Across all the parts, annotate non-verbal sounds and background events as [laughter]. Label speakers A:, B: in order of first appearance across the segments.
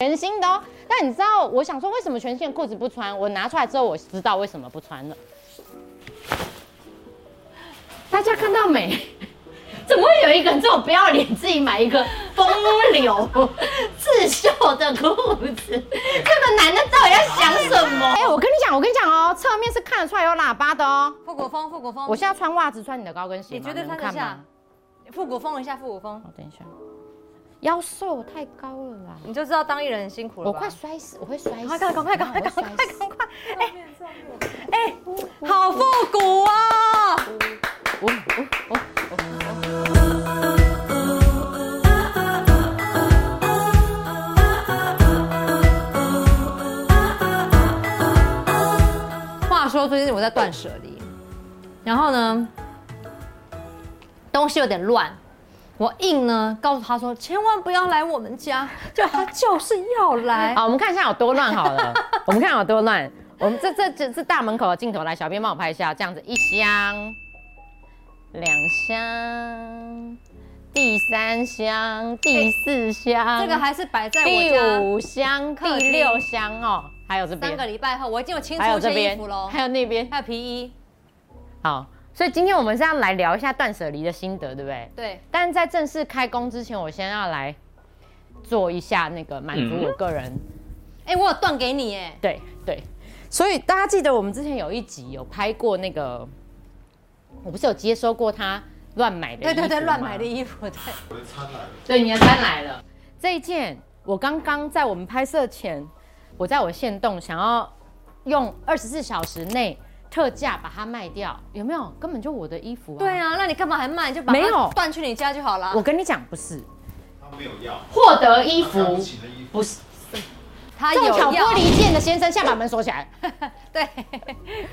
A: 全新的哦。但你知道，我想说，为什么全新的裤子不穿？我拿出来之后，我知道为什么不穿了。大家看到没？怎么会有一个人这么不要脸，自己买一个风流刺绣的裤子？这个男的到底在想什么？哎、我跟你讲，我跟你讲哦，侧面是看得出来有喇叭的哦。
B: 复古风，复古风，
A: 我现在穿袜子，穿你的高跟鞋吗，
B: 你绝对
A: 能
B: 穿得
A: 看吗
B: 下。复古风一下，复古风，
A: 哦，等一下，腰瘦太高了啦，
B: 你就知道当艺人很辛苦了
A: 我
B: 吧。
A: 快摔死，我会摔死。
B: 快赶快赶快赶快
A: 我
B: 赶
A: 会
B: 快
A: 摔死
B: 赶快！哎哎，好复古哦！
A: 我我我
B: 话说最近我在断舍离，然后呢，东西有点乱。我硬呢告诉他说，千万不要来我们家，就他就是要 [laughs] 来。
A: 好，我们看一下有多乱好
B: [laughs]
A: 了，我们看有多乱。我们这这这这大门口的镜头来，小编帮我拍一下，这样子一箱，两箱，第三箱，第四箱，
B: 哎这个还是摆在我
A: 第
B: 家。
A: 五箱，第
B: 客厅
A: 六箱哦，还有这
B: 三个
A: 边，
B: 礼拜后，我已经有清
A: 还
B: 出
A: 有
B: 一
A: 这
B: 些衣
A: 边
B: 服喽，，
A: 还有那边，
B: 还有皮衣。
A: 好。所以今天我们是要来聊一下断舍离的心得，对不对？
B: 对，
A: 但在正式开工之前，我先要来做一下那个满足我个人
B: 哎，我有断给你哎，
A: 对对，所以大家记得我们之前有一集有拍过那个，我不是有接收过他乱买的，
B: 对对对，乱买的，衣服，对。
A: 对，你的单来了。这一件我刚刚在我们拍摄前，我在我现动想要用二十四小时内特价把它卖掉，有没有？根本就我的衣服、啊。
B: 对，啊，那你干嘛还卖？就把
A: 没有
B: 它断去你家就好了
A: 我。跟你讲，不是
C: 他没有要，
A: 获得衣服
C: 他，看不起的衣服，
A: 不是啊
B: 他
A: 种
B: 有
A: 巧
B: 要
A: 玻，璃剑的先生，先把门锁起来。
B: [laughs] 对，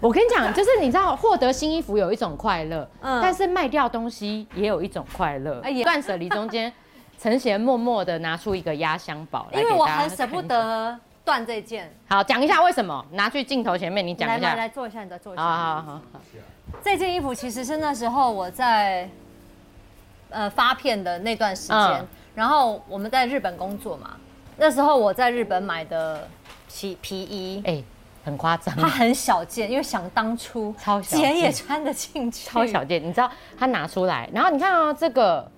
A: 我跟你
B: [laughs]
A: 讲，就是你知道，获得新衣服有一种快乐，
B: 嗯
A: 但是卖掉东西也有一种快乐。
B: 哎呀
A: 断舍离中间，陈贤默默的拿出一个压箱宝来，
B: 因为我很舍不。得断这件。
A: 好，讲一下为什么？拿去镜头前面，你讲
B: 来
A: 一
B: 来
A: 下。
B: 来，坐一下，你再坐一
A: 好啊好
B: 下。
A: 好好好，
B: 这件衣服其实是那时候我在呃发片的那段时间
A: 嗯，
B: 然后我们在日本工作嘛，那时候我在日本买的皮皮衣。
A: 哎、很夸
B: [laughs]
A: 张，
B: 它很小件，因为想当初
A: 超小件
B: 姐也穿得进去，
A: 超小件，你知道他拿出来，然后你看哦，这个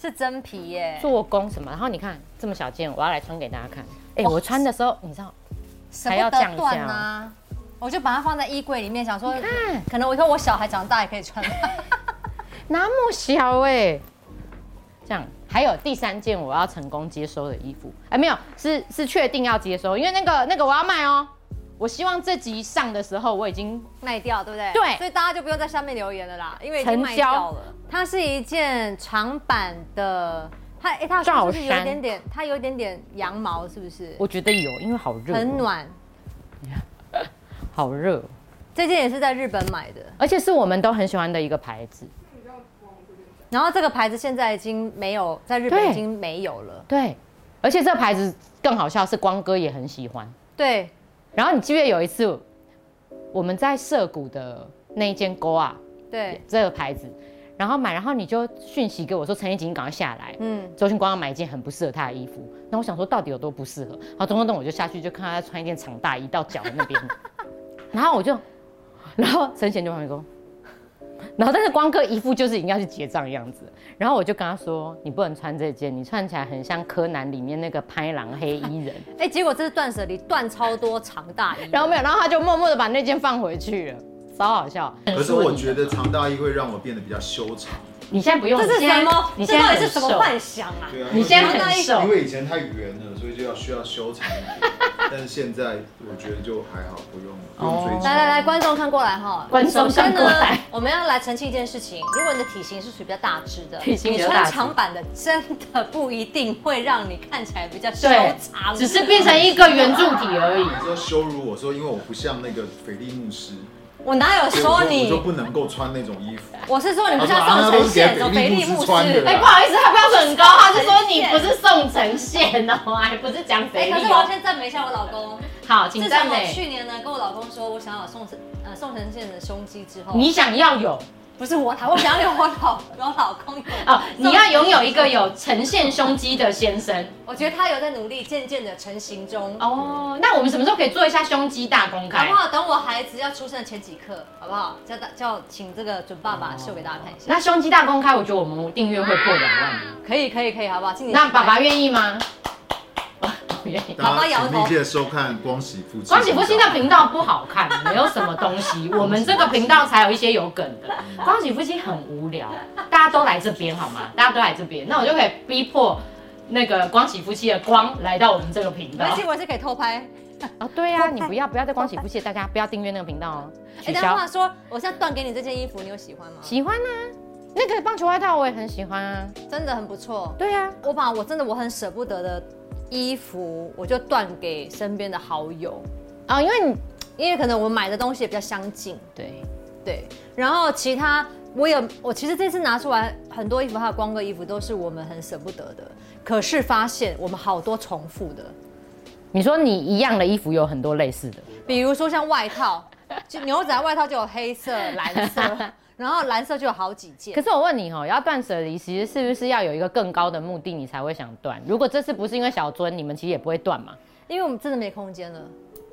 B: 是真皮耶，
A: 做工什么，然后你看这么小件，我要来穿给大家看。哎、
B: 哇
A: 我穿的时候，你知道，
B: 舍
A: 还要
B: 不
A: 降
B: 得
A: 一
B: 断
A: 下
B: 啊，我就把它放在衣柜里面，想说
A: 看
B: 可能我以后我小孩长大也可以穿。啊
A: 那么小哎、这样。还有第三件我要成功接收的衣服，哎，没有，是是确定要接收，因为那个那个我要卖哦。我希望这集上的时候我已经
B: [laughs] 卖掉，对不对？
A: 对
B: 所以大家就不用在下面留言了啦，因为已经卖掉了。它是一件长版的，它哎，它好像就是有一点点，它有一点点羊毛，是不是？
A: 我觉得有，因为好热，哦
B: 很暖。
A: 好热，哦
B: 这件也是在日本买的，
A: 而且是我们都很喜欢的一个牌子。
B: 然后这个牌子现在已经没有，在日
A: 对
B: 本已经没有了。
A: 对，而且这牌子更好笑，是光哥也很喜欢。
B: 对，
A: 然后你记不记得有一次我们在涩谷的那一间沟啊，
B: 对，
A: 这个牌子，然后买，然后你就讯息给我说陈怡景，你赶快下来，
B: 嗯，
A: 周迅光要买一件很不适合她的衣服，那我想说到底有多不适合，然后咚咚咚我就下去就看她穿一件长大衣到脚的那边， [laughs] 然后我就，然后陈贤就旁边说，然后但是光哥一副就是已经要去结账的样子，然后我就跟他说你不能穿这件，你穿起来很像柯南里面那个拍狼黑衣人， [laughs]
B: 哎，结果这是断舍离，断超多长大衣。
A: 然后没有，然后他就默默的把那件放回去了，超好笑。
C: 可是我觉得长大衣会让我变得比较修长。
A: 你现在不用，
B: 这是
A: 你现在
B: 什么？
A: 你
B: 这
A: 现
B: 到
A: 在
B: 底是
A: 很
B: 什么
A: 瘦
B: 幻想啊？
C: 对啊，
A: 你现在很瘦
C: 因为以前太圆了，所以就要需要修长一点。但是现在我觉得就还好，不用不用追
A: 哦
C: 求。
B: 来来来，观众看过来哈，
A: 观众看过来
B: 首先呢，我们要来澄清一件事情：如果你的体型是属于比较大只的，
A: 体型比
B: 你
A: 较大
B: 穿
A: 只
B: 长版的真的不一定会让你看起来比较修
A: 对
B: 长，，
A: 只是变成一个圆柱体而已。
C: 你说羞辱我说，因为我不像那个斐利牧师，
B: 我哪有
C: 所以
B: 说
C: 我就
B: 你？
C: 不能够穿那种衣服。
B: 我是说你不像
C: 他
B: 宋
C: 说啊那都
B: 承
C: 是给
B: 宪、什么
C: 菲
B: 菲
C: 利
B: 利
C: 牧
B: 牧
C: 师穿
B: 师
C: 的。
A: 哎、不好意思，他标准很高，他是说你不是宋承宪哦，还不是蒋
B: 哎、
A: 匪
B: 可
A: 丽
B: 是我要
A: 哦。
B: 先赞美一下我老公。
A: 好，请
B: 自
A: 赞
B: 从我
A: 美。
B: 去年呢跟我老公说我想要有宋承呃宋承宪的胸肌之后，
A: 你想要有，
B: 不是我老公，我想要有我老 [laughs] 有老公有
D: 哦，你要拥有一个有呈现胸肌的先生
B: 我觉得他有在努力，渐渐的成型中。
D: 哦。那我们什么时候可以做一下胸肌大公
B: 好
D: 开
B: 不？好？等我孩子要出生的前几刻，好不好？叫大叫请这个准爸爸秀给大家看一下。
D: 那胸肌大公开，我觉得我们订阅会破两万。
B: 可以可以可以，好不好？今年
D: 那爸爸愿意吗？ [laughs] 不愿意。
B: 爸
C: 大
B: 爸
C: 家
B: 摇
C: 请
B: 头
C: 密切收看《光喜夫妻》。
D: 光喜夫妻的频道不好看，没有什么东西。我们这个频道才有一些有梗的。光喜夫妻很无聊，大家都来这边好吗？大家都来这边，那我就可以逼迫那个光喜夫妻的光来到我们这个频道
B: 没。事，我也是可以偷拍。
A: 哦，对啊，你不要不要再光喜不谢，大家不要订阅那个频道哦，取
B: 哎，但话
A: 消。
B: 说，我现在断给你这件衣服，你有喜欢吗？
A: 喜欢啊，那个棒球外套我也很喜欢啊。
B: 真的很不错。
A: 对啊，
B: 我把我真的我很舍不得的衣服，我就断给身边的好友，
A: 哦，因为你
B: 因为可能我买的东西也比较相近。
A: 对，
B: 对，然后其他我也我其实这次拿出来很多衣服，还有光哥衣服都是我们很舍不得的，可是发现我们好多重复的，
A: 你说你一样的衣服有很多类似的，
B: 比如说像外套，就牛仔外套就有黑
A: [laughs]
B: 色、蓝色，然后蓝色就有好几件
A: 可。是我问你哦，要断舍离，其实是不是要有一个更高的目的，你才会想断？如果这次不是因为小尊，你们其实也不会断嘛。
B: 因为我们真的没空间了。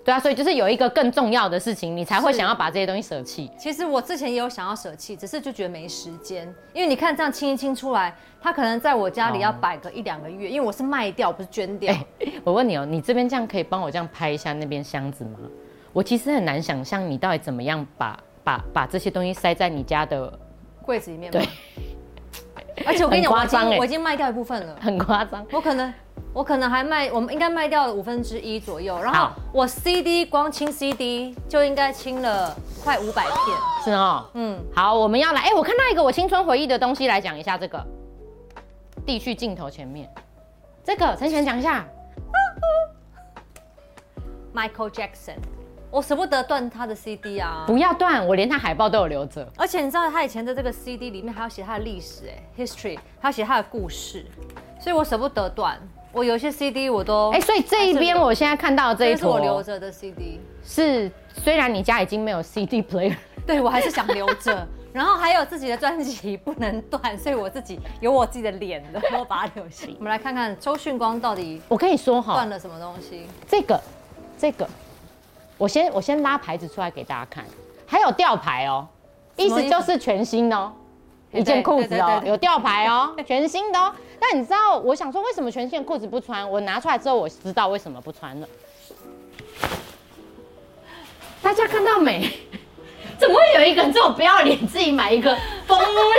A: 对啊，所以就是有一个更重要的事情，你才会
B: 是
A: 想要把这些东西舍弃。
B: 其实我之前也有想要舍弃，只是就觉得没时间。因为你看这样清一清出来，它可能在我家
A: 哦
B: 里要摆个一两个月，因为我是卖掉，不是捐掉。
A: 我问你哦，你这边这样可以帮我这样拍一下那边箱子吗？我其实很难想象你到底怎么样把把把这些东西塞在你家的，
B: 柜子里面嘛。
A: 对，
B: [laughs] 而且我跟你讲，我
A: 很夸
B: 已
A: 张
B: 经
A: 欸
B: 我已经卖掉一部分了，
A: 很夸张。
B: 我可能我可能还卖，我们应该卖掉了五分之一左右。然后
A: 好
B: 我 CD 光清 CD 就应该清了快五百片。
A: 是哦，
B: 嗯，
A: 好，我们要来，哎、我看到一个我青春回忆的东西，来讲一下这个地区镜头前面，这个陈璇讲一下，
B: Michael Jackson，我舍不得断他的 CD 啊。
A: 不要断，我连他海报都有留着。
B: 而且你知道他以前的这个 CD 里面还有写他的历史、哎，history，还有写他的故事，所以我舍不得断。我有一些 CD 我都，
A: 哎、所以这一边我现在看到的这一
B: 这是我
A: 坨
B: 留着的 CD，
A: 是虽然你家已经没有 CD player，
B: 对我还是想留着。 [laughs] 然后还有自己的专辑不能断，所以我自己有我自己的脸的，我把它留下。 [laughs] 我们来看看周迅光到底
A: 我跟你说哈
B: 断，了什么东西。
A: 这个这个，我先我先拉牌子出来给大家看，还有吊牌哦，意
B: 什么
A: 思
B: 意思
A: 就是全新的哦。
B: 对
A: 一件裤子
B: 对对
A: 哦
B: 对，对
A: 有吊牌 [laughs] 哦，全新的哦。但你知道，我想说为什么全新的裤子不穿？我拿出来之后，我知道为什么不穿了。大家看到没？ [laughs] 怎么会有一个人这么不要脸，自己买一个风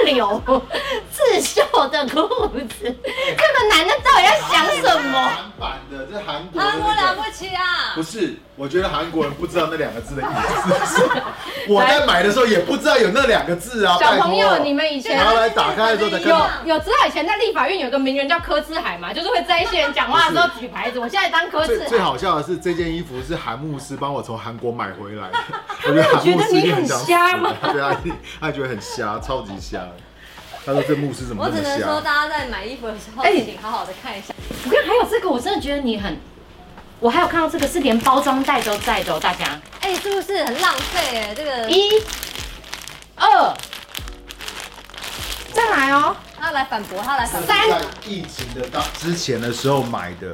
A: 流 [laughs] 刺绣的裤子？这个男的到底在想什么？
C: 韩版的，这韩国的
B: 韩国
C: 那
B: 了
C: 个。
B: 不起啊
C: 不！是，我觉得韩国人不知道那两个字的意
D: [laughs]
C: 思。我在买的时候也不知道有那两个字啊。
D: 小朋友
C: 拜，托
D: 你们以前
C: 然后来打开的时候才看到。
D: 有有知道以前在立法院有个名人叫柯志海嘛，就是会在一些人讲话的时候举牌子。我现在当柯志
C: 最最
D: 海，
C: 好笑的是，这件衣服是韩牧师帮我从韩国买回来的。 [laughs] 我觉得韩牧师一定很想死
D: 觉得你很瞎吗
C: 对啊，他觉得很瞎，超级瞎。他说这牧师怎么
B: 我
C: 那
B: 只
C: 么
B: 能说，
C: 瞎？
B: 大家在买衣服的时候，
D: 哎
B: 请好好的看一下。
D: 我看还有这个，我真的觉得你很。我还有看到这个是连包装袋都在的、哦，大家
B: 哎，是不是很浪费？哎，这
A: 嗯
B: 个
D: 一、二，再来哦。
B: 他来反驳，他来反驳。
C: 在疫情的当之前的时候买的，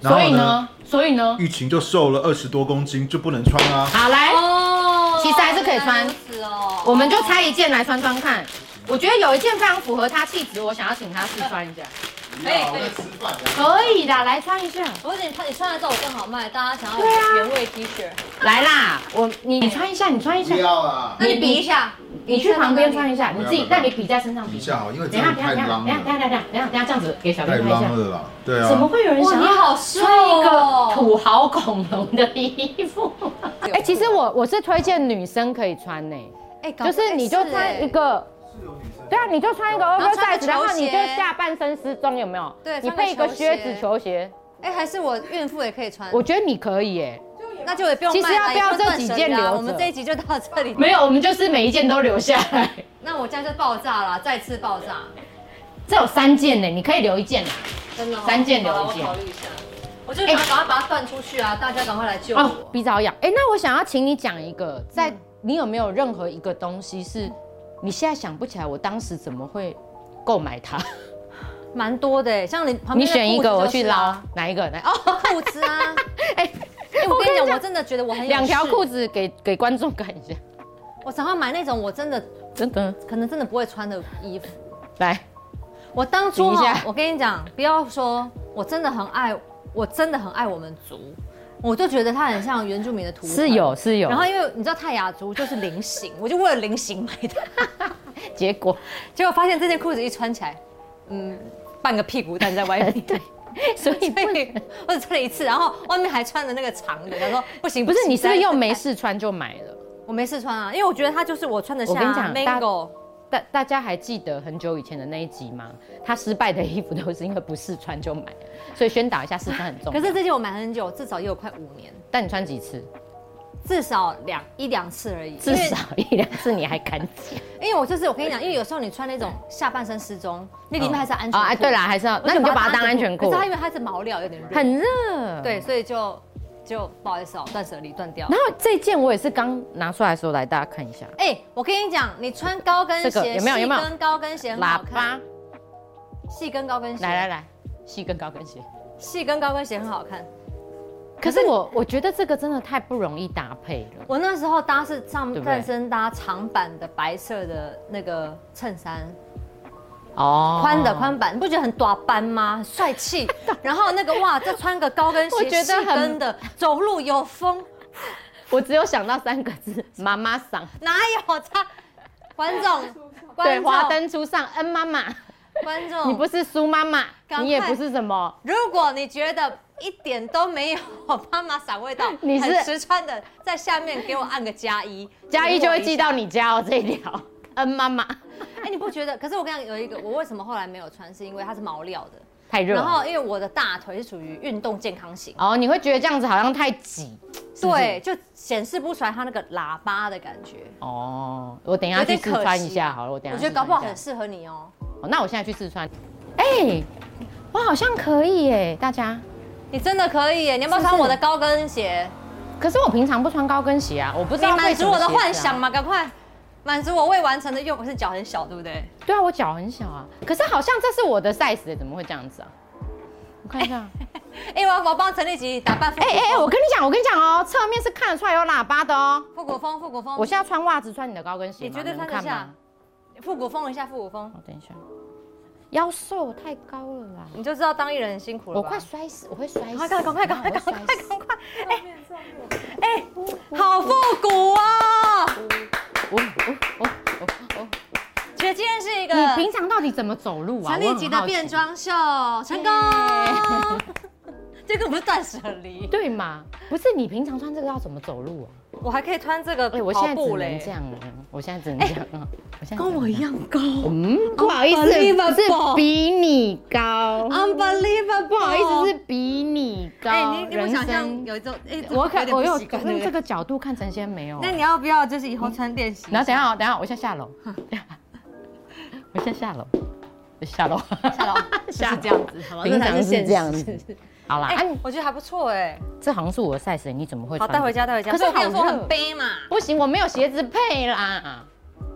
C: 然
A: 所以
C: 后
A: 呢
C: 呢，？
A: 所以呢？
C: 疫情就瘦了二十多公斤，就不能穿啊。
A: 好来，
B: 哦，
A: 其实还是可以穿
B: 原来如此哦，
A: 我们就拆一件来穿穿看。我觉得有一件非常符合他气质，我想要请他试穿一下。
B: 可
D: 哎
B: 以可以
C: 在吃饭啊
A: 可以的，来穿一下。
B: 不是你穿你穿了之后我更好卖，大家想要原味 T 恤，
A: 来啦，我你你穿一下，你穿一下
C: 不，要啊！
B: 那你比一下，
A: 你去旁边穿一下，
C: 不
A: 你
C: 要
A: 自己，
C: 不要
A: 那你比在身上
C: 比
A: 比
C: 一。下好，因为
A: 等
C: 真
A: 一下，等一
C: 的
A: 下，等一
C: 太
A: 下，
C: 浪
A: 等一下，等一
C: 了，
A: 下，等一下，等一下，这样子给小
C: 太
A: 编看一
C: 浪
A: 下。
C: 了啦。对啊，
A: 怎么会有人
B: 哇
A: 想
B: 你
A: 要
B: 好瘦
A: 穿一
B: 哦
A: 个土豪恐龙的衣服？ [laughs] 哎、其实我我是推荐女生可以穿呢、
B: 哎，搞
A: 就是你就穿一，个，对啊，你就穿一个 oversize，然
B: 然后
A: 后
B: 穿个球
A: 你
B: 鞋
A: 就下半身失踪，有没有？
B: 对
A: 你
B: 穿个
A: 配一个
B: 球
A: 靴
B: 鞋
A: 子、球鞋，
B: 哎哎，还是我孕妇也可以穿，
A: 我觉得你可以耶、
B: 那就也不用
A: 其实
B: 卖了
A: 要不要
B: 也能断
A: 这几
B: 舍
A: 件
B: 离啊
A: 留着
B: 我们这一集就到这里，
A: 没有，我们就是每一件都留下来。
B: 那我这样就爆炸了，再次爆炸，
A: 这有三件呢，你可以留一件啊啦。
B: 真的哦，哎
A: 三件留一
B: 好了
A: 件
B: 我考虑一下，我就想赶快把它断出去啊，大家赶快来救
A: 哦
B: 我，。嗯
A: 鼻子好痒。哎、那我想要请你讲一个，在你有没有任何一个东西是你现在想不起来我当时怎么会购买它？
B: 蛮多的欸，像你旁
A: [laughs]
B: 边
A: 你
B: 的
A: 选一
B: 裤子
A: 个，我
B: 就是
A: 去捞
B: 啊
A: 哪一个？哪哦，
B: 裤子
A: [laughs]
B: 啊。哎，我跟你讲，我真的觉得我很有
A: 两条
B: 事
A: 裤，子给给观众看一下，
B: 我常常买那种我 [laughs] 真的
A: 真的
B: 可能真的不会穿的衣服。
A: 来，
B: 我当初
A: 比一
B: 哈
A: 下，
B: 我跟你讲，不要说，我真的很爱，我真的很爱我们族，我就觉得它很像原住民的图腾
A: 是有。是有，
B: 然后因为你知道泰雅族就是菱形，我就为了菱形买
A: [laughs]
B: 的，
A: 结果
B: 结果发现这件裤子一穿起来，嗯，半个屁股蛋在外
A: [laughs]
B: 面。对，
A: 所以
B: 所以我只穿了一次，然后外面还穿了那个长的，他说不行，
A: 不是
B: 行
A: 你是不是
B: 再
A: 又没事穿就买了？
B: 我没试穿啊，因为我觉得它就是我穿得下、
A: 我跟你讲大
B: mango，
A: 大大家还记得很久以前的那一集吗？他失败的衣服都是因为不试穿就买，所以宣导一下试穿很重要。
B: 可是这件我买很久，至少也有快五年，
A: 但你穿几次？
B: 至少两一两次而已。
A: 至少一两次你还敢讲？
B: 因为，因为我就是我跟你讲，因为有时候你穿那种下半身失踪，那里面还是安全裤。
A: 哦哎，对啦，，还是要，那你就把它当安全裤
B: 可是。它因为它是毛料，有点热，
A: 很热，
B: 对，所以就就不好意思哦，断舍离断掉。
A: 然后这件我也是刚拿出来的时候，来大家看一下，
B: 哎、我跟你讲，你穿高跟鞋，
A: 这个有没有有没有
B: 细跟高跟鞋很
A: 喇
B: 好
A: 叭
B: 看，，细跟高跟鞋，
A: 来来来，细跟高跟鞋。
B: 细跟高跟鞋很好看。
A: 可是我我觉得这个真的太不容易搭配了，
B: 我那时候搭是上
A: 对不对
B: 半身搭长版的白色的那个衬衫，
A: 哦
B: 宽的，宽版，你不觉得很短版吗？很帅气。
A: [laughs]
B: 然后那个哇，再穿个高跟
A: 我
B: 鞋，
A: 觉得
B: 细
A: 很
B: 跟的，走路有风，
A: 我只有想到三个 [laughs] 字，妈妈桑，
B: 哪有差？观众，
A: 对，
B: 观
A: 华
B: 众，
A: 灯初上，恩妈妈。
B: 观众，
A: 你不是苏妈妈，
B: 赶快
A: 你也不是什么，
B: 如果你觉得一点都没有妈妈散味道，
A: 你是
B: 很实穿的，在下面给我按个加一，
A: 加一就会
B: 记
A: 寄到你家哦，这一 [laughs] 条。嗯，妈妈
B: 哎，你不觉得？可是我跟你讲，有一个，我为什么后来没有穿，是因为它是毛料的。
A: 太热
B: 然
A: 了。
B: 后因为我的大腿是属于运动健康型，
A: 哦，你会觉得这样子好像太挤。是不是
B: 对，就显示不出来它那个喇叭的感觉。
A: 哦，我等一下
B: 有
A: 去
B: 点
A: 试
B: 可惜
A: 穿一下好了，我等一
B: 我
A: 下。
B: 觉得搞不好很。适合你哦。
A: 哦，那我现在去试穿。哎，我好像可以耶，大家。
B: 你真的可以耶！你要不要
A: 是不
B: 穿
A: 是
B: 我的高跟鞋？
A: 可是我平常不穿高跟鞋啊，啊我不知
B: 你
A: 道
B: 满足我的幻想
A: 吗？
B: 嘛，赶快满足我未完成的愿望。可是脚很小，对不对？
A: 对啊，我脚很小啊，可是好像这是我的 size，耶怎么会这样子啊？我看一下。
B: 哎，我要我帮陈立吉打扮复
A: 哎
B: 古
A: 哎哎，
B: 风，
A: 我跟你讲，我跟你讲哦，侧面是看得出来有喇叭的哦。
B: 复古风，复古风。
A: 我现在穿袜子，穿你的高跟鞋吗，
B: 你绝对
A: 能
B: 穿得
A: 看吗哦
B: 下？复古风一下，复古风，
A: 我等一下，腰瘦太高了啦，
B: 你就知道当艺人很辛苦了
A: 我
B: 吧。
A: 快摔死，我会摔死，
B: 快快赶快赶快
A: 我
B: 赶
A: 会
B: 快
A: 摔死
B: 赶快！哎哎，好复古哦！
A: 我我我我我，
B: 觉得今天是一个
A: 你平常到底怎么走路啊？
B: 陈立吉的变
A: 我
B: 装秀成功， [laughs] 这个不是断舍离
A: 很好奇，，对嘛？不是你平常穿这个要怎么走路啊？
B: 我还可以穿这个
A: 哎，我
B: 跑
A: 现在只
B: 步
A: 能
B: 嘞哎
A: 这。样了，啊我现在只能这样了，我现在跟
B: 我一样高哦
A: 嗯，不好意思，是
B: Unbelievable
A: 比你高，
B: ，unbelievable，
A: 不好意思，是。比你
B: 啊哎，
A: 高，
B: 你你有没有
A: 人
B: 想象
A: 生
B: 有一种，哎，这个
A: 我
B: 有
A: 可
B: 点
A: 我
B: 不
A: 有
B: 习惯
A: 用这
B: 对不对
A: 个角度看神仙没有？
B: 那你要不要就是以后穿练习？ [laughs]
A: 然后等一下哦，等一下，我先下楼， [laughs] 我先下楼，下楼，[laughs]
B: 下楼哦
A: 下
B: 就是这样子，好吧
A: 平常是这样。
B: 才现
A: 子
B: 实
A: 好啦，
B: 哎、
A: 啊，你
B: 我觉得还不错哎、
A: 这好像是我的 size，你怎么会
B: 好，
A: 穿？
B: 带回。家，带回家。
A: 可是
B: 我跟你
A: 好
B: 说我
A: 热
B: 很悲嘛，
A: 不行，我没有鞋子配啦，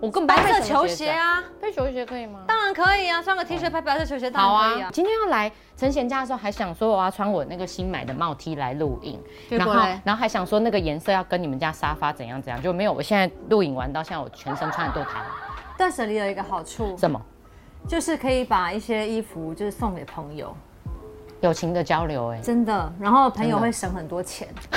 A: 我根本不配
B: 白色
A: 什么
B: 球鞋
A: 子，
B: 啊，
A: 配球鞋可以吗？
B: 当然可以啊，穿个 T 恤配白色球鞋当
A: 好
B: 然可以
A: 啊
B: 啊，。
A: 今天要来陈贤家的时候，还想说我要穿我那个新买的帽 T 来录影，
B: 结
A: 然
B: 果
A: 后
B: 嘞
A: 然后还想说那个颜色要跟你们家沙发怎样怎样，就没有。我现在录影完到现在，我全身穿的都台湾
B: 断舍离有一个好处，
A: 什么
B: 就是可以把一些衣服就是送给朋友，
A: 友情的交流、哎，
B: 真的，然后朋友
A: 真的
B: 会省很
A: [laughs]
B: 多钱， [laughs]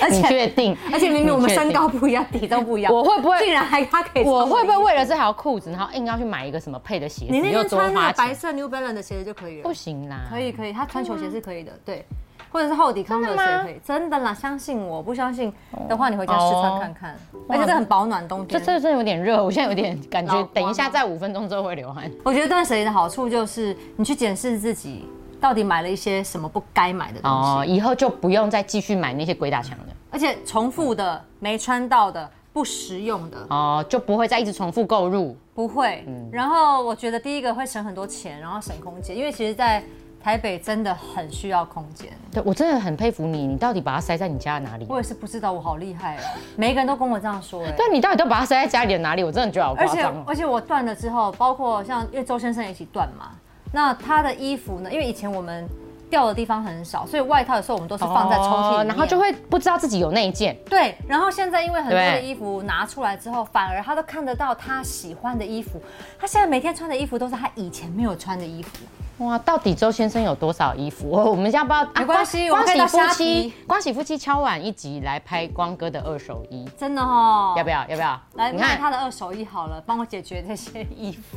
B: 而
A: 你
B: 且
A: 确定？
B: [laughs] 而且明明我们
A: 你确定
B: 身高不一样，体重不一样，
A: 我会不会
B: 竟然还他可以，
A: 我会不会？为了这条裤子，然后硬要去买一个什么配的鞋子，
B: 你那
A: 又
B: 天
A: 多
B: 穿那
A: 花
B: 个白
A: 钱？
B: 色 New Balance 的鞋子就可以了
A: 不。行啊啦，
B: 可以可以，他穿球鞋是可以的，对，或者是厚底康的
A: 真的吗
B: 鞋可以，真的啦，相信我，不相信的话你回家试穿看看，而且这很保暖，冬
A: 哦这
B: 天。
A: 这真的有点热，我现在有点感
B: 老
A: 觉，
B: 花
A: 等一下
B: 吗
A: 在五分钟之后会流汗。
B: 我觉得断舍离的好处就是你去检视自己到底买了一些什么不该买的东西，
A: 哦，以后就不用再继续买那些鬼打墙的，
B: 而且重复的、没穿到的、不实用的
A: 哦，就不会再一直重复购入。嗯
B: 不会。然后我觉得第一个会省很多钱，然后省空间，因为其实，在台北真的很需要空间。
A: 对我真的很佩服你，你到底把它塞在你家的哪里？
B: 我也是不知道，我好厉害哦！每一个人都跟我这样说哎、
A: 但你到底都把它塞在家里的哪里？我真的觉得好
B: 而
A: 夸
B: 且
A: 张哦。
B: 而且我断了之后，包括像因为周先生也一起断嘛，那他的衣服呢？因为以前我们掉的地方很少，所以外套有时候我们都是放在抽屉里面、
A: 哦然后就会不知道自己有那一件。
B: 对。然后现在因为很多的
A: 对
B: 衣服拿出来之后，反而他都看得到他喜欢的衣服。他现在每天穿的衣服都是他以前没有穿的衣服。
A: 哇，到底周先生有多少衣服？我我们家不知道，啊
B: 没关系我
A: 光
B: 们可以
A: 光喜
B: 到
A: 夫
B: 虾
A: 妻
B: 皮，
A: 光喜夫妻敲碗一集来拍光哥的二手衣，
B: 真的哦，
A: 要不要？要不要？
B: 来
A: 你
B: 卖
A: 看，
B: 他的二手衣好了，帮我解决这些衣服，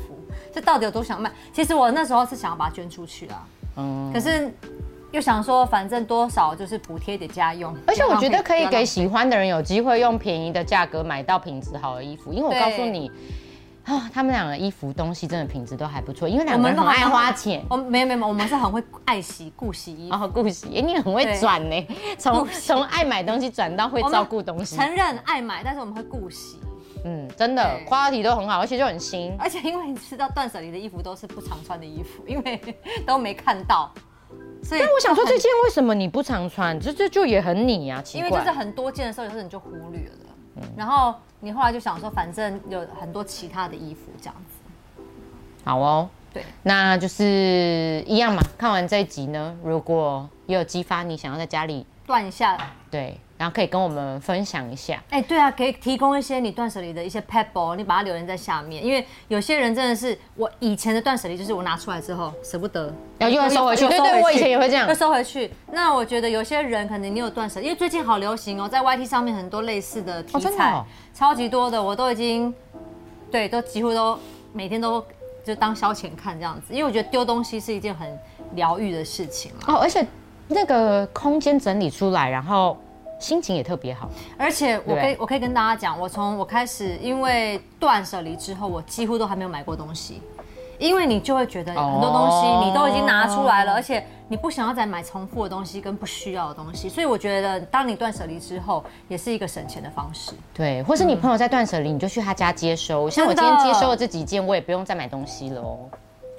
B: 这到底有多想卖？其实我那时候是想要把它捐出去啊，
A: 嗯，
B: 可是又想说反正多少就是补贴给家用，
A: 而且我
B: 不
A: 觉
B: 要浪费
A: 得可以
B: 不要
A: 给
B: 浪
A: 喜欢的人有机会用便宜的价格买到品质好的衣服，因为我
B: 对
A: 告诉你。啊，他们两个衣服东西真的品质都还不错，因为两
B: 我
A: 个
B: 们
A: 人
B: 都
A: 很爱
B: 好
A: 花
B: [laughs]
A: 钱。
B: 我们哦没有没有，没有我们是很会爱惜顾惜衣服。
A: 然后顾惜，哎，你很会
B: 对
A: 转呢，从
B: 顾惜
A: 从爱买东西转到会
B: 我们
A: 照顾东西，
B: 承认爱买，啊但是我们会顾惜，
A: 嗯，真的
B: 对啊
A: quality 都很好，而且就很新。
B: 而且因为你知道断舍离的衣服都是不常穿的衣服，因为 [laughs] 都没看到，所以
A: 但我想说，
B: 就很
A: 这件为什么你不常穿？这这就也很你啊，奇
B: 因为就
A: 怪
B: 是。很多件的时候，有时候你就忽略了，
A: 嗯
B: 然后你后来就想说，反正有很多其他的衣服这样子，
A: 好哦，
B: 对，
A: 那就是一样嘛。看完这一集呢，如果也有激发你想要在家里
B: 断一下。
A: 对，然后可以跟我们分享一下。
B: 哎、对啊，可以提供一些你断舍离的一些 pebble，你把它留言在下面，因为有些人真的是我以前的断舍离，就是我拿出来之后舍不得，
A: 然后又要收回去
B: 又
A: 对对
B: 收回去
A: 我以前也会这样
B: 又收回去。那我觉得有些人可能你有断舍，因为最近好流行哦，在 YT 上面很多类似的题
A: 哦真的
B: 材，
A: 哦
B: 超级多的，我都已经对，都几乎都每天都就当消遣看这样子，因为我觉得丢东西是一件很疗愈的事情啊嘛。
A: 哦，而且那个空间整理出来，然后心情也特别好。
B: 而且我可
A: 对
B: 以我可以跟大家讲，我从我开始因为断舍离之后，我几乎都还没有买过东西，因为你就会觉得
A: 哦
B: 很多东西你都已经拿出来了，而且你不想要再买重复的东西跟不需要的东西，所以我觉得当你断舍离之后，也是一个省钱的方式。
A: 对，或是你朋友在断舍离，你就去他家接收。像我今
B: 真
A: 天
B: 的
A: 接收了这几件，我也不用再买东西了哦。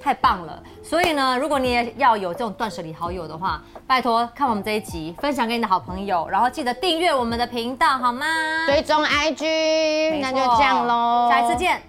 B: 太棒了！所以呢，如果你也要有这种断舍离好友的话，拜托看我们这一集，分享给你的好朋友，然后记得订阅我们的频道，好吗？
A: 追踪 IG，
B: 没
A: 那
B: 错，
A: 就这样喽。
B: 啊下一次见，